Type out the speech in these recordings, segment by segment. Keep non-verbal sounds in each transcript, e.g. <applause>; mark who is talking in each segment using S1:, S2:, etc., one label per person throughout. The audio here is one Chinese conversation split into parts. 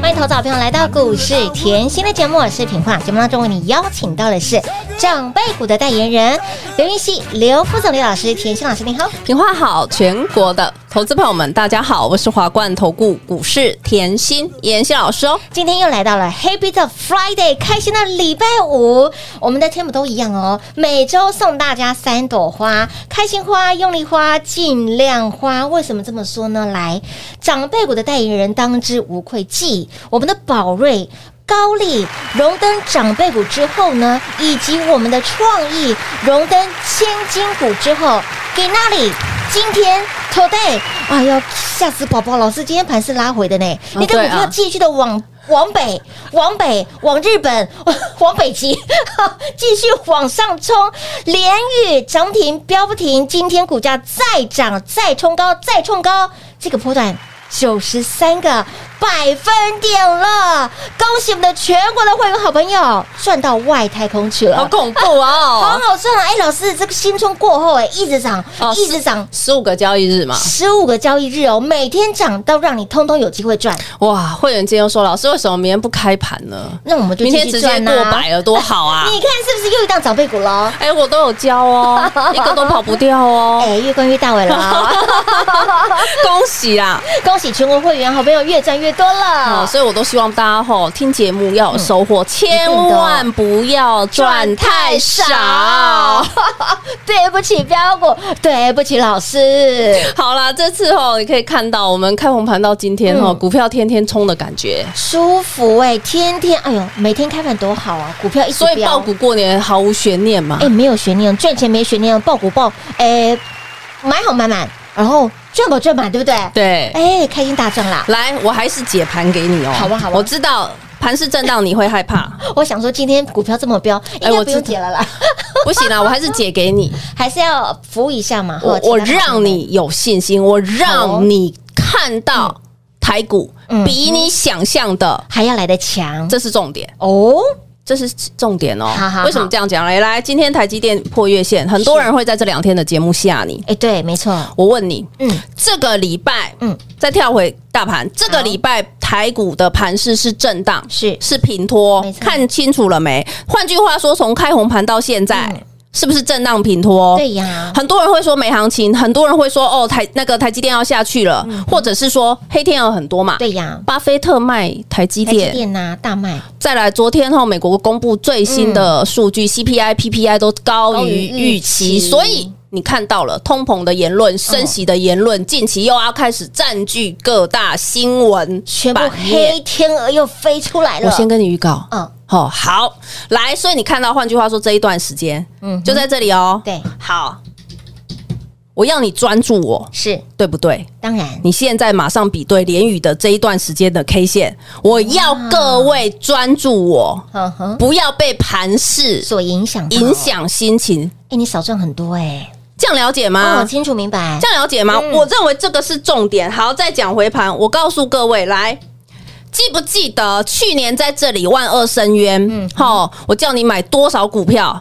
S1: 欢迎投资好朋友来到股市甜心的节目，我是品化。节目当中为你邀请到的是长辈股的代言人刘云熙、刘副总、刘老师、甜心老师，你好。
S2: 平话好，全国的投资朋友们，大家好，我是华冠投顾股市甜心妍希老师哦。
S1: 今天又来到了 Happy 的 Friday，开心的礼拜五。我们的 team 都一样哦，每周送大家三朵花：开心花、用力花、尽量花。为什么这么说呢？来，长辈股的代言人当之无愧，继我们的宝瑞。高丽荣登长辈股之后呢，以及我们的创意荣登千金股之后，给那里今天 today，哎呦吓死宝宝！老师今天盘是拉回的呢，
S2: 哦
S1: 你根本
S2: 对啊
S1: 不要继续的往往北、往北、往日本、 <laughs> 往北极， <laughs> 继续往上冲。连雨涨停飙不停，今天股价再涨、再冲高、再冲高，这个波段。九十三个百分点了，恭喜我们的全国的会员好朋友赚到外太空去
S2: <laughs> 好
S1: 了，
S2: 恐怖哦
S1: 好！好赚啊！哎，老师，这个新春过后，哎，一直涨，
S2: 哦
S1: 一直涨，
S2: <laughs> 十五个交易日嘛，
S1: 十五个交易日哦，每天涨到让你通通有机会赚。
S2: 哇！会员今天又说，老师为什么明天不开盘呢？
S1: 那我们就
S2: 明
S1: 继
S2: 天
S1: 续
S2: 直接
S1: 赚啊呐、
S2: 过百了，多好啊！
S1: 你看是不是又一档长辈股喽？
S2: <laughs> 哎，我都有交 <laughs> 哦，一个都跑不掉哦，
S1: 哎，越关越大尾了哦，
S2: <laughs> 恭喜 <laughs> 啊！
S1: 恭喜全国会员好朋友越赚越多
S2: 好，
S1: 了。
S2: 哦所以我都希望大家吼听节目要有收获，千万不要赚太少。
S1: <laughs> 对不起，标股，对不起，老师。
S2: <laughs> 好啦，这次哦，你可以看到我们开红盘到今天哦，
S1: 嗯
S2: 股票天天冲的感觉，
S1: 舒服哎、天天哎呦，每天开盘多好啊，股票一直
S2: 所以
S1: 飙
S2: 爆股过年毫无悬念嘛
S1: 哎、。没有悬念，赚钱没悬念，爆股爆哎、买好买满，然后赚饱赚满，对不对？
S2: 对，
S1: 哎、开心大赚啦！
S2: 来，我还是解盘给你哦。
S1: 好啊好啊
S2: 我知道盘是震荡你会
S1: <laughs>
S2: 害怕，
S1: 我想说今天股票这么飙，应
S2: 哎
S1: 该
S2: 我
S1: 不用
S2: 知道
S1: 解了啦，
S2: 不行啊啦，我还是解给你。
S1: 还是要服务一下嘛。
S2: 我
S1: 哈
S2: 我
S1: 其他好朋啊
S2: 让
S1: 友
S2: 你有信心，我让你看到台股
S1: 哦嗯
S2: 比你想象的，
S1: 还要来的强
S2: 这是重点。
S1: 哦，
S2: 这是重点哦。
S1: 好好好
S2: 为什么这样讲？来来，今天台积电破月线，很多人会在这两天的节目吓你。
S1: 哎、对，没错，
S2: 我问你，
S1: 嗯
S2: 这个礼拜，
S1: 嗯
S2: 嗯，再跳回大盘，这个礼拜台股的盘势是震荡，
S1: 是
S2: 是平拖
S1: 没，错
S2: 看清楚了没？换句话说，从开红盘到现在，是不是震荡平拖？
S1: 嗯对呀，
S2: 哦很多人会说没行情，很多人会说哦台那个台积电要下去了，或者是说黑天鹅很多嘛。
S1: 嗯对呀，
S2: 巴菲特卖台积
S1: 台积
S2: 电，
S1: 电呐、大麦
S2: 再来，昨天后美国公布最新的数据、c p i PPI 都嗯高于预
S1: 高于预期
S2: 期，所以你看到了通膨的言论、升息的言论，近期又要开始占据各大新闻
S1: 全部
S2: 版面
S1: 黑。天鹅又飞出来了。
S2: 我先跟你预告，
S1: 嗯，
S2: 哦，好，来，所以你看到，换句话说，这一段时间，
S1: 嗯哼
S2: 嗯，就在这里哦。
S1: 对，
S2: 好，我要你专注我，
S1: 是
S2: 对不对？
S1: 当然，
S2: 你现在马上比对联宇的这一段时间的 K 线，我要各位专注我。
S1: 呵呵，
S2: 不要被盘势
S1: 所影响到
S2: 影，响心情，
S1: 哎、你少赚很多哎、
S2: 这样了解
S1: 哦，
S2: 吗？
S1: 清楚明白
S2: 啊这，样了解吗？
S1: 嗯
S2: 我认为这个是重点。好，再讲回盘，我告诉各位，来，记不记得去年在这里万恶深渊？好，我叫你买多少股票？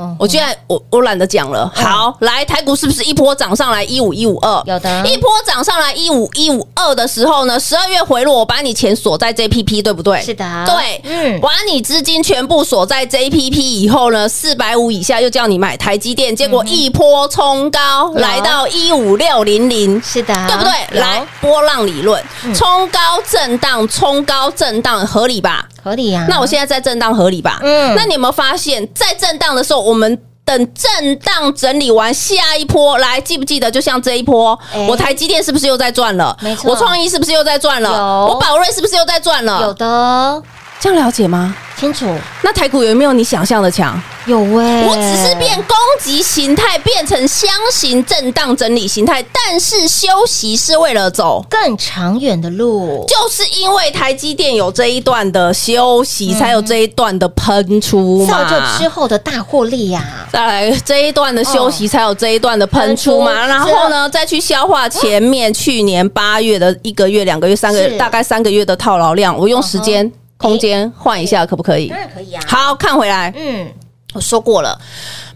S1: 嗯
S2: 我居然我我懒得讲了。好，来台股是不是一波涨上来一五一五二？
S1: 嗯有的
S2: 一波涨上来一五一五二的时候呢，十二月回落，我把你钱锁在 JPP，对不对？
S1: 是的
S2: 对，
S1: 嗯
S2: 嗯，把你资金全部锁在 JPP 以后呢，四百五以下又叫你买台积电，结果一波冲高，
S1: 嗯有
S2: 来到一五六零零。
S1: 是的，
S2: 对不对？
S1: 有嗯
S2: 来波浪理论，冲高震荡，冲高震荡，合理吧？
S1: 合理呀、
S2: 那我现在在震荡合理吧？
S1: 嗯
S2: 嗯，那你有没有发现，在震荡的时候，我们等震荡整理完下一波来，记不记得？就像这一波，
S1: 哎
S2: 我台积电是不是又在赚了？
S1: 没错
S2: 我创意是不是又在赚了？
S1: 有
S2: 我宝瑞是不是又在赚了？
S1: 有的
S2: 这样了解吗？
S1: 清楚，
S2: 那台股有没有你想象的强？
S1: 有喂、
S2: 我只是变攻击形态，变成箱型震荡整理形态，但是休息是为了走。
S1: 更长远的路，
S2: 就是因为台积电有这一段的休息，才有这一段的喷出
S1: 造
S2: 嘛。
S1: 就之后的大获利呀、
S2: 再来这一段的休息，才有这一段的喷出嘛。
S1: 喷出
S2: 然后呢，再去消化前面去年八月的一个月、两个月、三个
S1: 是嗯
S2: 月，大概三个月的套牢量，我用时间、空间换一下，可不可以
S1: 当？然可以啊。，
S2: 好看回来，
S1: 嗯，
S2: 我说过了，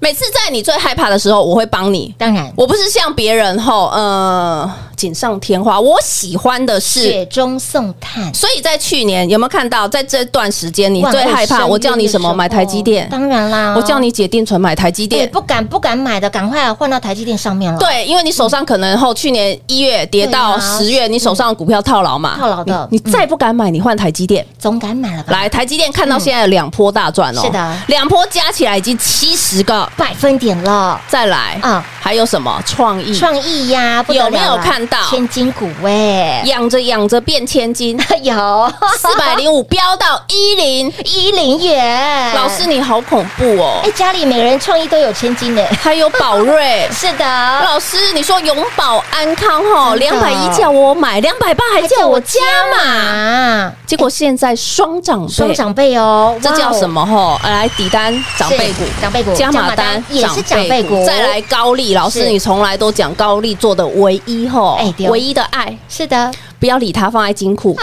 S2: 每次在你最害怕的时候，我会帮你。
S1: 当然，
S2: 我不是像别人吼，呃，锦上添花。我喜欢的是
S1: 雪中送炭，
S2: 所以在去年有没有看到，在这段时间你最
S1: 万物
S2: 害怕？
S1: 生
S2: 我叫你
S1: 焉
S2: 什
S1: 的时
S2: 么？
S1: 候
S2: 买台积电。
S1: 当然啦，
S2: 我叫你解定存买台积
S1: 对
S2: 电。
S1: 不敢不敢买的，赶快换到台积电上面了。，
S2: 对，因为你手上可能后去年一月跌到
S1: 对啊
S2: 十月，你手上的股票套牢嘛，
S1: 嗯套牢的
S2: 你你再不敢买，你换台积电。
S1: 总敢买了吧？
S2: 来，台积电看到现在两波大赚哦，
S1: 是的
S2: 两波加起来已经七十个。
S1: 百分点了，
S2: 再来
S1: 啊
S2: 啊，还有什么创意？
S1: 创意呀、不得了
S2: 嗯有没有
S1: 啦
S2: 看到
S1: 千金股哎、
S2: 养着养着变
S1: <laughs>
S2: 千金，
S1: 有
S2: 四百零五飙到一零。
S1: 一零元，
S2: 老师，你好恐怖哦
S1: 哎、！家里每人创意都有千金呢、
S2: 还有宝
S1: <laughs>
S2: 瑞，
S1: 是的，
S2: 老师，你说永保安康吼，
S1: 真
S2: 两
S1: 的
S2: 百一叫我买，两百八还叫我加码，
S1: 啊，
S2: 结果现在双涨倍，
S1: 双长辈哦，
S2: 这叫什
S1: 么？
S2: 么吼？呃来底单长辈股
S1: 是。长辈股
S2: 加码单
S1: 也是长辈股，
S2: 再来高丽老师，
S1: 是
S2: 你从来都讲高丽做的唯一吼
S1: 哎，对
S2: 唯一的爱，
S1: 是的，
S2: 不要理它，放在金
S1: <laughs>
S2: 库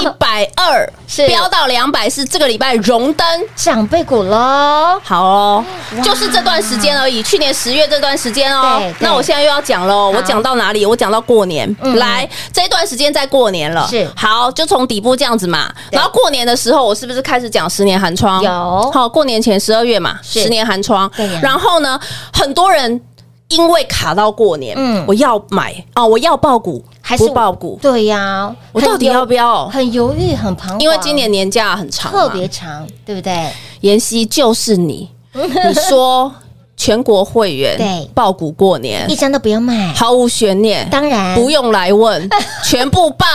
S2: 一百二，
S1: 是
S2: 飙到两百是这个礼拜荣登
S1: 长辈股喽，
S2: 好哦
S1: 哇，
S2: 就是这段时间而已。去年十月这段时间哦
S1: 对对，
S2: 那我现在又要讲喽。我讲到哪里？我讲到过年
S1: 嗯。
S2: 来，这一段时间在过年了，
S1: 是
S2: 好，就从底部这样子嘛。
S1: 对
S2: 然后过年的时候，我是不是开始讲十年寒窗？
S1: 有
S2: 好，过年前十二月嘛，
S1: 是
S2: 十年寒窗
S1: 对呀。
S2: 然后呢，很多人。因为卡到过年，
S1: 嗯
S2: 我要买哦，我要爆股
S1: 还是
S2: 不爆股？
S1: 对呀、
S2: 我到底
S1: 很犹
S2: 要不要？
S1: 很犹豫，很彷徨，
S2: 因为今年年假很长嘛，
S1: 特别长，对不对？
S2: 妍希就
S1: <laughs>
S2: 是你，你说全国会员
S1: 对
S2: 爆股过年
S1: 一，张都不要卖，
S2: 毫无悬念，
S1: 当然嗯
S2: 嗯不用
S1: <laughs>
S2: 来问，全部爆，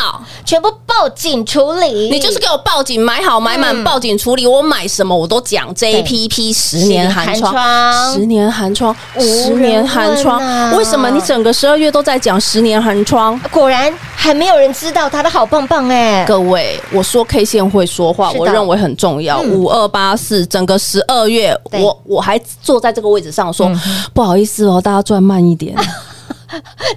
S1: 全部报警处理，
S2: 你就是给我报警买好买满，
S1: 嗯
S2: 报警处理，我买什么我都讲
S1: 对
S2: JPP 十年寒
S1: 十年寒窗
S2: 窗，十年寒窗，
S1: 无人
S2: 十年寒
S1: 问啊
S2: 窗，为什么你整个十二月都在讲十年寒窗？
S1: 果然还没有人知道他的好棒棒哎、
S2: 各位，我说 K 线会说话，
S1: 是的
S2: 我认为很重要。
S1: 嗯
S2: 五二八四，整个十二月，
S1: 对嗯
S2: 我我还坐在这个位置上说，不好意思哦，大家赚慢一
S1: <laughs>
S2: 点。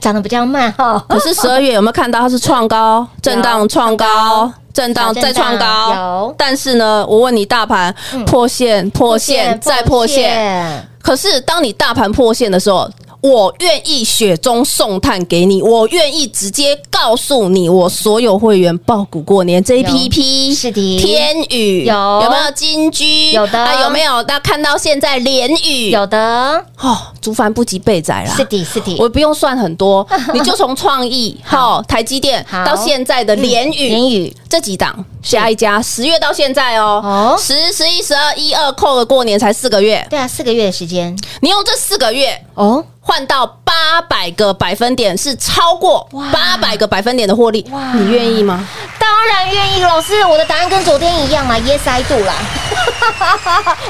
S1: 长得比较慢哈，
S2: 可是十二月有没有看到它是创高震荡，创高震荡
S1: 小震荡
S2: 再创高
S1: 有？嗯
S2: 但是呢，我问你，大盘破线、破线再破线，，可是当你大盘破线的时候，我愿意雪中送炭给你，我愿意直接告诉你，我所有会员爆股过年
S1: 有
S2: JPP
S1: 是的
S2: 天宇
S1: 有
S2: 有没有金居
S1: 有的
S2: 啊有没有？那看到现在联宇
S1: 有的，
S2: 哦，竹凡不及备载啦。
S1: 是的，是的，
S2: 我不用算
S1: <laughs>
S2: 很多，你就从创意、好台积电
S1: 好嗯
S2: 到现在的联宇、
S1: 言语
S2: 这几档加一加，十月到现在
S1: 哦
S2: 哦，十、十一、十二、一二扣了过年才四个月，
S1: 对啊，四个月的时间
S2: 你用这四个月
S1: 哦，
S2: 换到八百个百分点，是超过
S1: 哇
S2: 八百个百分点的获利
S1: 哇，
S2: 你愿意吗？
S1: 当然愿意，老师，我的答案跟昨天一样啦，Yes I do 啦，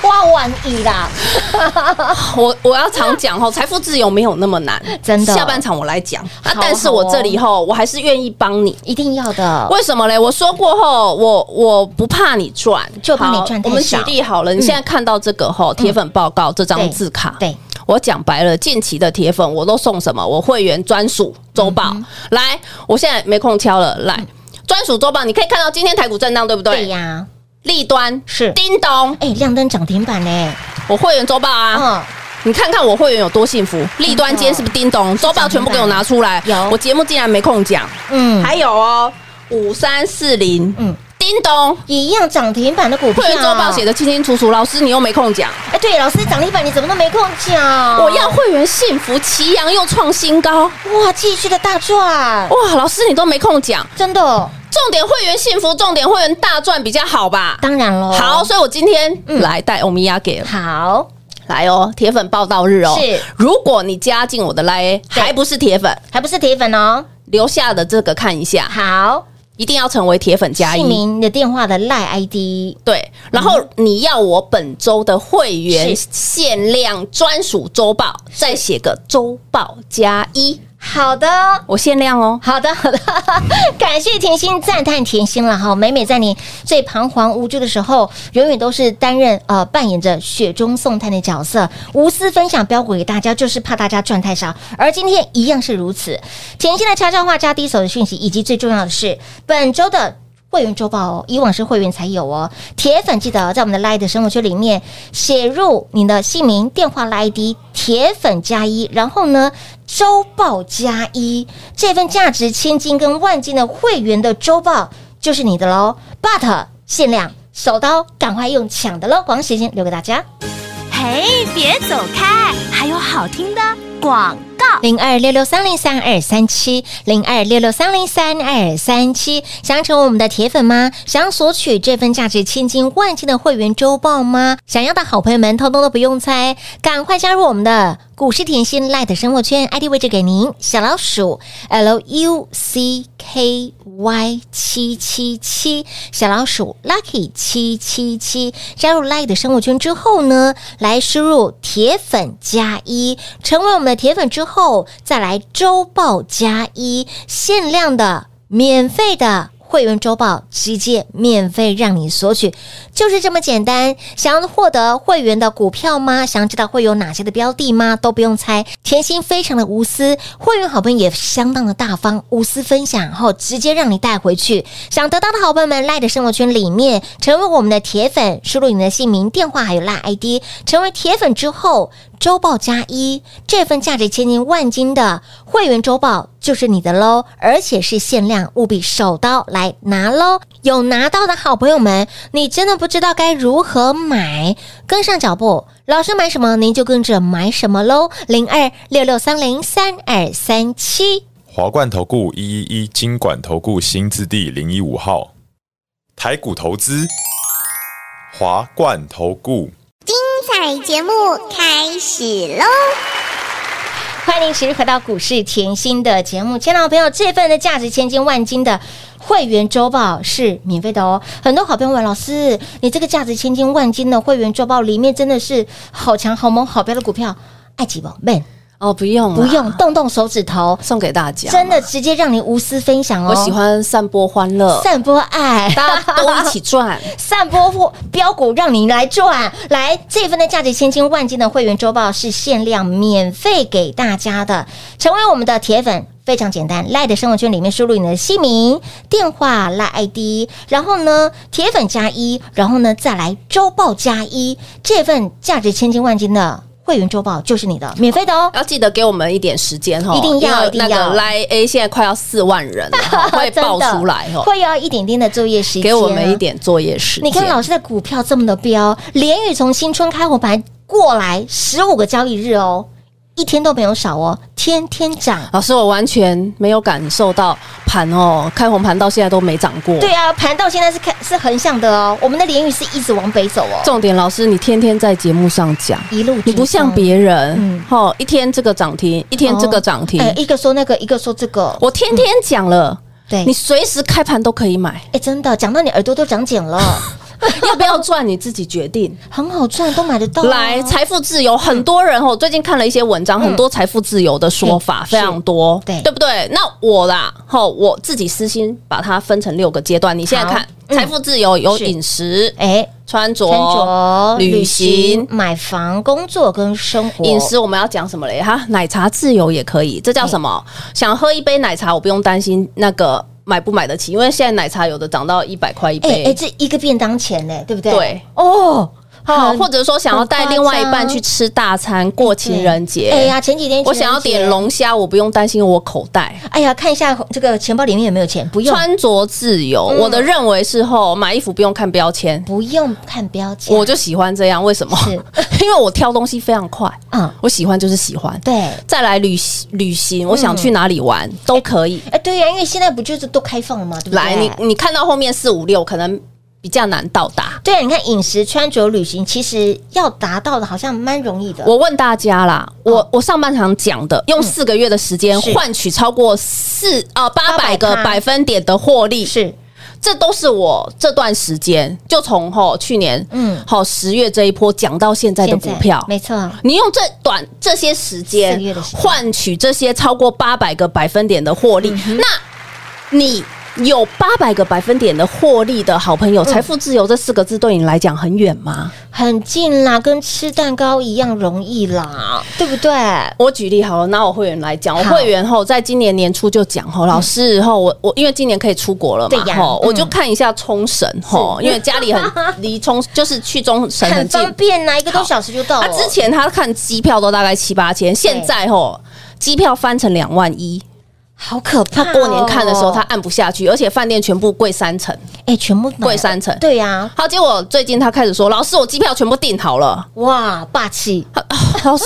S1: <laughs> 哇，万一啦，
S2: 我我要常讲吼， <laughs> 财富自由没有那么难，
S1: 哦真的
S2: 下半场我来讲啊
S1: 好，哦
S2: 但是我这里吼，我还是愿意帮你。
S1: 一定要的，
S2: 为什么嘞？我说过后，我我不怕你赚，
S1: 就怕你
S2: 好
S1: 赚太
S2: 我们举
S1: 少嗯
S2: 例好了，你现在看到这个吼铁粉报告这张字卡，
S1: 对，
S2: 我讲白了，近期的铁粉我都送什么？我会员专属周报。
S1: 嗯
S2: 来，我现在没空敲了，来。专属周报，你可以看到今天台股震荡，对不对？
S1: 对呀，
S2: 立端
S1: 是
S2: 叮咚，
S1: 哎，亮灯涨停板呢，
S2: 我会员周报啊，
S1: 嗯，
S2: 你看看我会员有多幸福。立端今天是不是叮咚？周报全部给我拿出来。
S1: 有
S2: 我节目竟然没空讲。
S1: 嗯，
S2: 还有哦，五三四零，
S1: 嗯
S2: 嗯，叮咚，
S1: 一样涨停板的股票，
S2: 会员周报写的清清楚楚，老师你又没空讲，
S1: 哎，对，老师涨停板你怎么都没空讲？
S2: 我要会员幸福齐扬又创新高，
S1: 哇，继续的大赚，
S2: 哇，老师你都没空讲，
S1: 真的，哦
S2: 重点会员幸福，重点会员大赚比较好吧？
S1: 当然喽。
S2: 好，所以我今天
S1: 嗯
S2: 来带欧米亚给
S1: 好，
S2: 来哦，铁粉报道日哦。
S1: 是，
S2: 如果你加进我的 Line 还不是铁粉，
S1: 还不是铁粉哦。
S2: 留下的这个看一下，
S1: 好，
S2: 一定要成为铁粉加一
S1: 姓。名、你的电话的赖 ID，
S2: 对，然后你要我本周的会员
S1: 是
S2: 限量专属周报，再写个周报加一，
S1: 好的。
S2: 我限量哦。
S1: 好的，好的， <laughs> 感谢甜心，赞叹甜心了哈。每每在你最彷徨无助的时候，永远都是担任呃扮演着雪中送炭的角色，无私分享标股给大家，就是怕大家赚太少。而今天一样是如此。甜心的悄悄话加第一手的讯息，以及最重要的是本周的。会员周报哦，以往是会员才有哦。铁粉记得在我们的 Light 生活圈里面写入你的姓名、电话、ID，铁粉加一，然后呢，周报加一，这份价值千金跟万金的会员的周报就是你的喽。But 限量，手刀赶快用抢的喽，广告时间留给大家。
S3: 嘿，别走开，还有好听的广告。
S1: 零二六六三零三二三七，零二六六三零三二三七。想要成为我们的铁粉吗？想要索取这份价值千金万金的会员周报吗？想要的好朋友们，通通都不用猜，赶快加入我们的股市甜心 Light 生活圈，ID 位置给您，小老鼠 L U C K Y 七七七，小老鼠 Lucky 七七七。加入 Light 生活圈之后呢，来输入铁粉加一，成为我们的铁粉之后，再来周报加一，限量的免费的。会员周报直接免费让你索取，就是这么简单。想要获得会员的股票吗？想要知道会有哪些的标的吗？都不用猜，甜心非常的无私，会员好朋友也相当的大方，无私分享，然后直接让你带回去。想得到的好朋友们，赖的生活圈里面成为我们的铁粉，输入你的姓名、电话还有赖 ID，成为铁粉之后，周报加一这份价值千金万金的会员周报就是你的喽，而且是限量，务必手刀来拿喽！有拿到的好朋友们，你真的不知道该如何买，跟上脚步，老师买什么您就跟着买什么喽。零二六六三零三二三七。
S4: 华冠投顾一一一金管投顾新字第零一五号，台股投资，华冠投顾。
S5: 彩节目开始喽！
S1: 欢迎您持续回到股市甜心的节目，亲爱的朋友，这份的价值千金万金的会员周报是免费的哦。很多好朋友问老师，你这个价值千金万金的会员周报里面真的是好强、好猛、好标的股票，爱几不？man
S2: 哦，不用啦
S1: 不用，动动手指头，
S2: 送给大家，
S1: 真的直接让你无私分享哦。
S2: 嗯我喜欢散播欢乐，
S1: 散播爱，
S2: 大家都一
S1: <laughs>
S2: 起赚。
S1: 散播或标股，让你来赚。来，这份的价值千金万金的会员周报是限量免费给大家的，成为我们的铁粉。非常简单，赖的生活圈里面输入你的姓名、电话、赖 ID，然后呢，铁粉加一，然后呢再来周报加一，这份价值千金万金的会员周报就是你的，免费的哦。
S2: 要记得给我们一点时间哦，
S1: 一定要
S2: 因为那
S1: 一定要
S2: 个 Line A 现在快要四万人了
S1: <laughs>
S2: 吼，会
S1: 真的
S2: 爆出来哦，
S1: 会要一点点的作业时间，啊
S2: 给我们一点作业时间。
S1: 你看老师的股票这么的飙，连宇从新春开红盘过来十五个交易日哦，一天都没有少哦，天天涨。
S2: 老师，我完全没有感受到盘哦，开红盘到现在都没涨过。
S1: 对，啊，盘到现在是看是横向的哦，我们的连宇是一直往北走哦，
S2: 重点老师，你天天在节目上讲，
S1: 一路
S2: 你不
S1: 直冲
S2: 像别人
S1: 嗯，
S2: 哦，一天这个涨停，一天这个涨停，
S1: 哎一个嗯说那个，一个说这个，
S2: 我天天讲了，
S1: 对，
S2: 你随时开盘都可以买，
S1: 哎真的讲到你耳朵都长茧了，嗯
S2: <laughs> 要不要赚你自己决定。
S1: 很好赚，都买得到啊、
S2: 来，财富自由，很多人
S1: 嗯
S2: 哦，最近看了一些文章，很多财富自由的说法
S1: 是
S2: 非常多，
S1: 对
S2: 对不对？那我啦，吼，我自己私心把它分成六个阶段，你现在
S1: 好
S2: 看，
S1: 嗯
S2: 财富自由有
S1: 是
S2: 饮食、
S1: 哎，
S2: 穿着、
S1: 穿着、
S2: 旅行。
S1: 买房、工作跟生活，
S2: 饮食我们要讲什么嘞？哈，奶茶自由也可以，这叫什么？想喝一杯奶茶，我不用担心那个买不买得起，因为现在奶茶有的涨到一百块一
S1: 哎哎，
S2: 杯。
S1: 这一个便当钱呢，对不对？
S2: 对
S1: 哦，
S2: 好，
S1: 很
S2: 或者说想要带另外一半去吃大餐，过情人节。
S1: 哎呀，前几天
S2: 我想要点
S1: 龙。
S2: 龙虾，我不用担心我口袋。
S1: 哎呀，看一下这个钱包里面有没有钱，不用，嗯
S2: 穿着自由，我的认为是后买衣服不用看标签，
S1: 不用看标签，
S2: 我就喜欢这样。为什么
S1: 嗯是？
S2: <laughs> 因为我挑东西非常快，
S1: 嗯，
S2: 我喜欢就是喜欢。
S1: 对，
S2: 再来旅行旅行，我想去哪里玩都可以。
S1: 哎，对呀、因为现在不就是都开放了吗？对不对？
S2: 来，你你看到后面四五六可能。比较难到达。
S1: 对啊，你看饮食、穿着、旅行，其实要达到的好像蛮容易的。
S2: 我问大家啦，我、我上半场讲的，用四个月的时间
S1: 哦嗯是
S2: 换取超过四呃八百
S1: 800%
S2: 个百分点的获利，
S1: 是
S2: 这都是我这段时间就从吼去年
S1: 嗯
S2: 嗯好十月这一波讲到现在的
S1: 现
S2: 股
S1: 在
S2: 票，
S1: 没错，
S2: 你用这短这些时
S1: 四
S2: 间嗯
S1: 个月的时间
S2: 换取这些超过八百个百分点的获利，那你有八百个百分点的获利的好朋友，财富自由这四个字对你来讲很远吗？
S1: 很近啦，跟吃蛋糕一样容易啦，对不对？
S2: 我举例好了，拿我会员来讲，我
S1: 好
S2: 会员后在今年年初就讲吼，老师吼，我我因为今年可以出国了
S1: 对
S2: 嘛
S1: 呀
S2: 吼，
S1: 嗯
S2: 我就看一下冲绳吼，因为家里 <laughs> 很离冲就是去冲绳
S1: 很
S2: 很近
S1: 方，便啊呐，一个多小时就到
S2: 他
S1: 了。
S2: 之前他看机票都大概七八千，现在吼机票翻成两万一，
S1: 好可怕
S2: 他
S1: 哦！
S2: 过年看的时候他按不下去，而且饭店全部贵三成。
S1: 哎，全部买
S2: 贵三成
S1: 对呀，
S2: 好，结果最近他开始说，老师我机票全部订好了。
S1: 哇，霸气！
S2: 老师，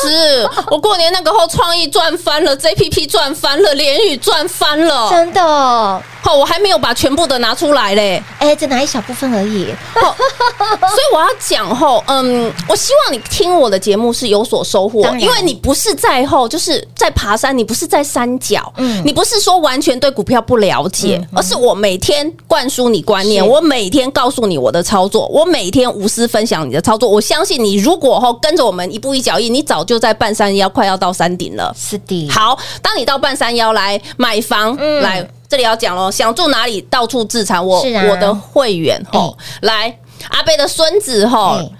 S2: 我过年那个后创意赚翻了，JPP 赚翻了，联宇赚翻了。
S1: 真的哦，
S2: 好，我还没有把全部的拿出来嘞。
S1: 哎，只拿一小部分而已。
S2: <laughs>
S1: <laughs>
S2: 所以我要讲后，嗯，我希望你听我的节目是有所收获
S1: 当，然
S2: 因为你不是在后，就是在爬山，你不是在山脚，
S1: 嗯
S2: 你不是说完全对股票不了解，而是我每天灌输你观念，
S1: 是
S2: 我每天告诉你我的操作，我每天无私分享你的操作。我相信你，如果后跟着我们一步一脚印，你早就在半山腰快要到山顶了。
S1: 是的，
S2: 好，当你到半山腰来买房，
S1: 嗯
S2: 来这里要讲喽，想住哪里到处自产。我、
S1: 是啊嗯
S2: 我的会员吼，来阿贝的孙子吼，
S1: 哎，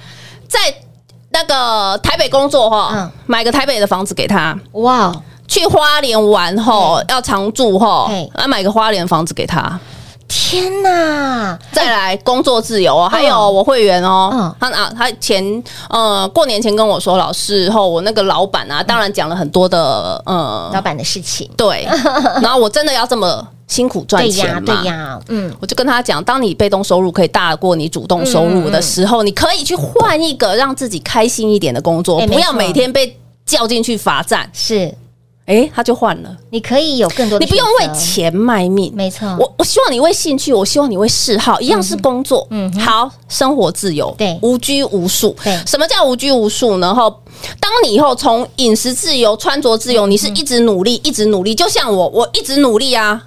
S2: 在那个台北工作吼，
S1: 嗯
S2: 买个台北的房子给他。
S1: 哇，哦
S2: 去花莲玩吼，要常住吼
S1: 嘿，哎
S2: 啊，买个花莲房子给他，
S1: 天哪！
S2: 再来工作自由哦，还有我会员
S1: 嗯
S2: 哦，他啊，他前呃过年前跟我说，老师吼，我那个老板啊，当然讲了很多的呃
S1: 老板的事情， <laughs>
S2: 对，然后我真的要这么辛苦赚
S1: 对
S2: 钱
S1: 呀，
S2: 吗？
S1: 对呀，嗯，
S2: 我就跟他讲，当你被动收入可以大过你主动收入的时候，你可以去换一个让自己开心一点的工作，
S1: 哎没错
S2: 不要每天被叫进去罚站。
S1: 是，
S2: 诶，他就换了，
S1: 你可以有更多的
S2: 你
S1: 选择，
S2: 不用为钱卖命。
S1: 没错
S2: 我我希望你为兴趣，我希望你为嗜好，一样是工作。
S1: 嗯
S2: 嗯，
S1: 哼
S2: 好，生活自由，
S1: 对
S2: 无拘无束。
S1: 对
S2: 什么叫无拘无束呢？哈，当你以后从饮食自由、穿着自由，
S1: 嗯
S2: 你是一直努力，一直努力。就像我，我一直努力啊。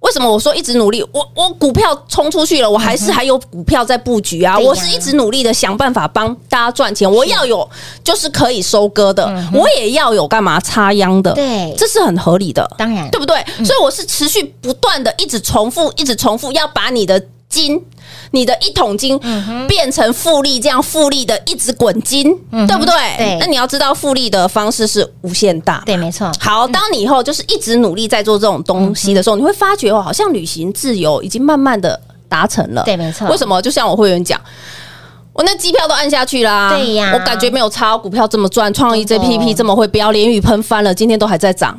S2: 为什么我说一直努力？我我股票冲出去了，我还是还有股票在布局啊！
S1: 嗯对呀
S2: 我是一直努力的想办法帮大家赚钱。我要有就是可以收割的，我也要有干嘛插秧的，
S1: 嗯对
S2: 这是很合理的。
S1: 当然
S2: 对不对？
S1: 嗯
S2: 所以我是持续不断的一直重复，一直重复，要把你的金。你的一桶金
S1: 嗯
S2: 变成复利，这样复利的一直滚金，对不对？
S1: 嗯对
S2: 那你要知道复利的方式是无限大。
S1: 对，嗯没错，
S2: 好，当你以后就是一直努力在做这种东西的
S1: 嗯
S2: 时候，你会发觉哦，好像旅行自由已经慢慢的达成了。
S1: 对没错
S2: 为什么？就像我会员讲。我那机票都按下去啦，
S1: 对呀
S2: 我感觉没有差，股票这么赚，创意
S1: 真的
S2: JPP 这么会飙，连雨喷翻了，今天都还在涨，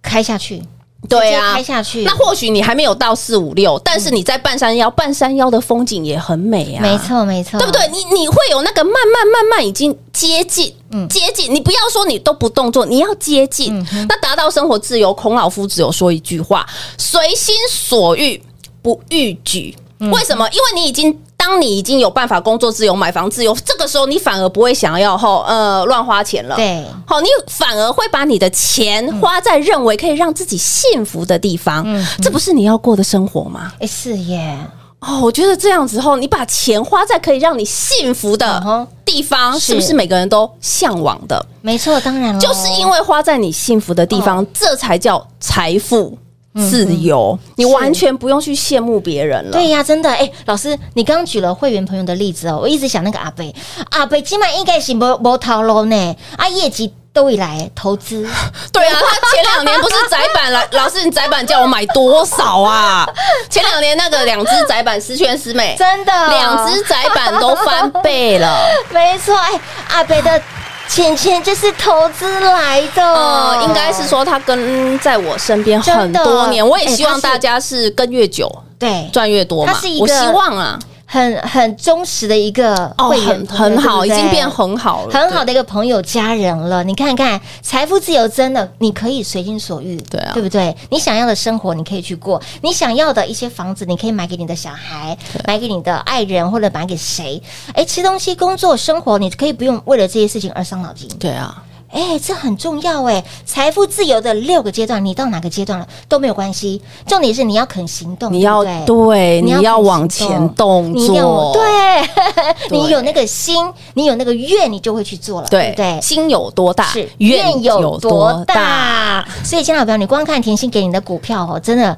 S1: 开下去，
S2: 对
S1: 直接
S2: 啊，
S1: 开下去
S2: 那或许你还没有到四五六，但是你在半山腰，半山腰的风景也很美啊，
S1: 没，错，没错，
S2: 对不对？？你你会有那个慢慢慢慢已经接近，
S1: 嗯
S2: 接近。你不要说你都不动作，你要接近。那达到生活自由，孔老夫子有说一句话：随心所欲，不逾矩。
S1: 嗯
S2: 为什么？因为你已经。当你已经有办法工作自由、买房自由，这个时候你反而不会想要吼呃乱花钱了。
S1: 对，
S2: 好，哦你反而会把你的钱花在认为可以让自己幸福的地方，这不是你要过的生活吗？
S1: 哎，是耶，
S2: 嗯哦，我觉得这样子后，你把钱花在可以让你幸福
S1: 嗯哼
S2: 的地方，
S1: 是
S2: 是哦不是嗯每个人都向往的？
S1: 没错，当然了，
S2: 就是因为花在你幸福的地方，这才叫财富自由。你完全不用去羡慕别人了。
S1: 对呀、真的哎、老师，你刚刚举了会员朋友的例子哦，我一直想那个阿贝，阿贝今晚应该是没没逃漏呢，啊，业绩都以来投资，
S2: 对啊，他前两年不是窄板 <laughs> 了，老师，你窄板叫我买多少啊？前两年那个两只窄板十全十美，
S1: 真的哦
S2: 两只窄板都翻倍
S1: <laughs>
S2: 了。
S1: 没错，哎、阿贝的钱钱就是投资来的，
S2: 呃，应该是说他跟在我身边很多
S1: 真的
S2: 年，我也
S1: 哎
S2: 希望大家是跟越久
S1: 对，
S2: 赚越多嘛
S1: 它是一。个
S2: 我希望啊，
S1: 很很忠实的一个
S2: 哦，
S1: 会员朋
S2: 很
S1: 友
S2: 很好，
S1: 对
S2: 已
S1: 不对
S2: 经变很好了，
S1: 很好的一个朋友、家人了。你看看，财富自由真的，你可以随心所欲，
S2: 对啊
S1: 对不对？你想要的生活，你可以去过；你想要的一些房子，你可以买给你的小孩，买给你的爱人，或者买给谁？哎，吃东西、工作、生活，你可以不用为了这些事情而伤脑筋。
S2: 对，对啊，
S1: 哎，这很重要哎！财富自由的六个阶段，你到哪个阶段了都没有关系，重点是你要肯行动，
S2: 你要
S1: 对不对
S2: 对，
S1: 你要
S2: 你要
S1: 肯行
S2: 往前动
S1: 你一定要啊往
S2: 作，
S1: <laughs> 对，
S2: 对
S1: 你有那个心，你有那个愿，你就会去做了，对
S2: 对
S1: 不对？
S2: 心有多大
S1: 是，
S2: 愿
S1: 愿
S2: 有
S1: 有
S2: 多
S1: 多
S2: 大。
S1: 大？所以，亲爱的朋友，你光看甜心给你的股票哦，真的。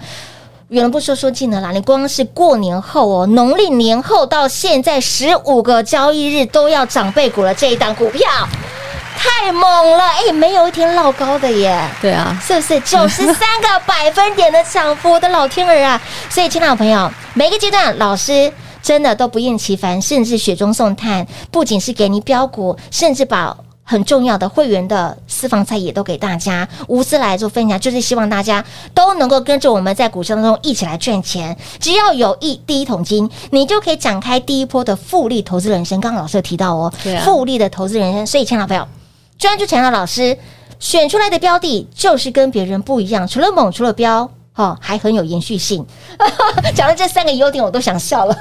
S1: 有人不说说尽了啦，你光是过年后哦，农历年后到现在十五个交易日都要长辈股了，这一档股票太猛了，哎，没有一天落高的耶。
S2: 对啊，
S1: 是不
S2: <laughs>
S1: 是九十三个百分点的涨幅？我的老天儿啊！所以，亲爱的朋友，每个阶段老师。真的都不厌其烦，甚至雪中送炭，不仅是给你标股，甚至把很重要的会员的私房菜也都给大家无私来做分享，就是希望大家都能够跟着我们在股市当中一起来赚钱。只要有一第一桶金，你就可以展开第一波的复利投资人生。刚刚老师有提到哦，
S2: 对啊
S1: 复利的投资人生。所以，亲爱的朋友，专注陈老老师选出来的标的就是跟别人不一样，除了猛，除了标。哦，还很有延续性。 <laughs> 讲到这三个优点，我都想笑了。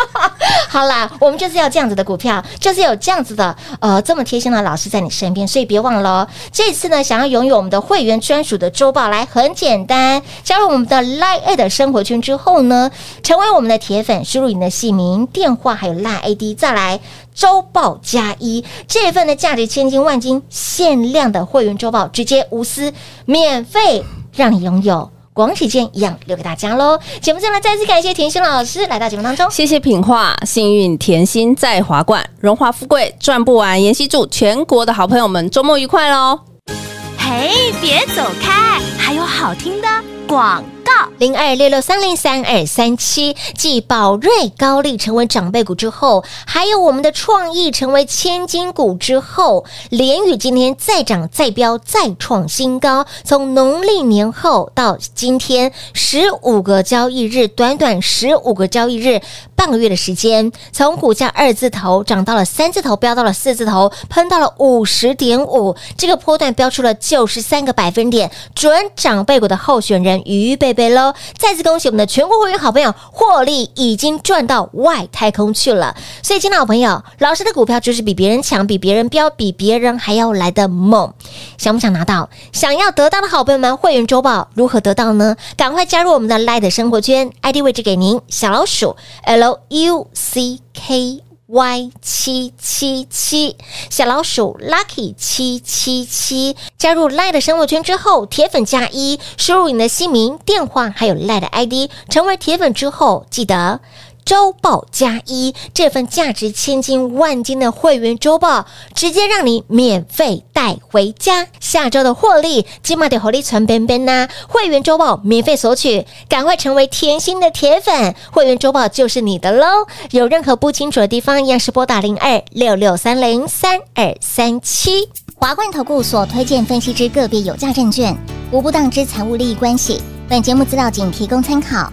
S1: <laughs> 好啦，我们就是要这样子的股票，就是有这样子的呃这么贴心的老师在你身边，所以别忘了哦。这次呢，想要拥有我们的会员专属的周报，来很简单，加入我们的 Line 的生活圈之后呢，成为我们的铁粉，输入你的姓名、电话还有 Line ID，再来周报加一这份的价值千金万金限量的会员周报，直接无私免费让你拥有。广喜见一样留给大家喽。节目最后呢，再次感谢甜心老师来到节目当中。
S2: 谢谢品画，幸运甜心在华冠，荣华富贵赚不完。妍希祝全国的好朋友们周末愉快喽！
S3: 嘿，别走开，还有好听的广告。
S1: 零二六六三零三二三七，继宝瑞、高丽成为长辈股之后，还有我们的创意成为千金股之后，联宇今天再涨再飙再创新高。从农历年后到今天十五个交易日，短短十五个交易日，半个月的时间，从股价二字头涨到了三字头，飙到了四字头，喷到了五十点五，这个波段标出了九十三个百分点，准长辈股的候选人于贝贝喽。再次恭喜我们的全国会员好朋友，获利已经赚到外太空去了。所以，亲爱的好朋友，老师的股票就是比别人强，比别人标，比别人还要来的猛。想不想拿到？想要得到的好朋友们，会员周报如何得到呢？赶快加入我们的 Light 生活圈，ID 位置给您，小老鼠 L U C K。Y 七七七小老鼠 Lucky 七七七加入 Lie 的生活圈之后，铁粉加一，输入你的姓名、电话还有 Lie 的 ID，成为铁粉之后，记得。周报加一这份价值千金万金的会员周报，直接让你免费带回家。下周的获利，今晚的获利传边边呐，会员周报免费索取，赶快成为甜心的铁粉，会员周报就是你的喽。有任何不清楚的地方，一样是拨打零二六六三零三二三七。
S5: 华冠投顾所推荐分析之个别有价证券，无不当之财务利益关系。本节目资料仅提供参考，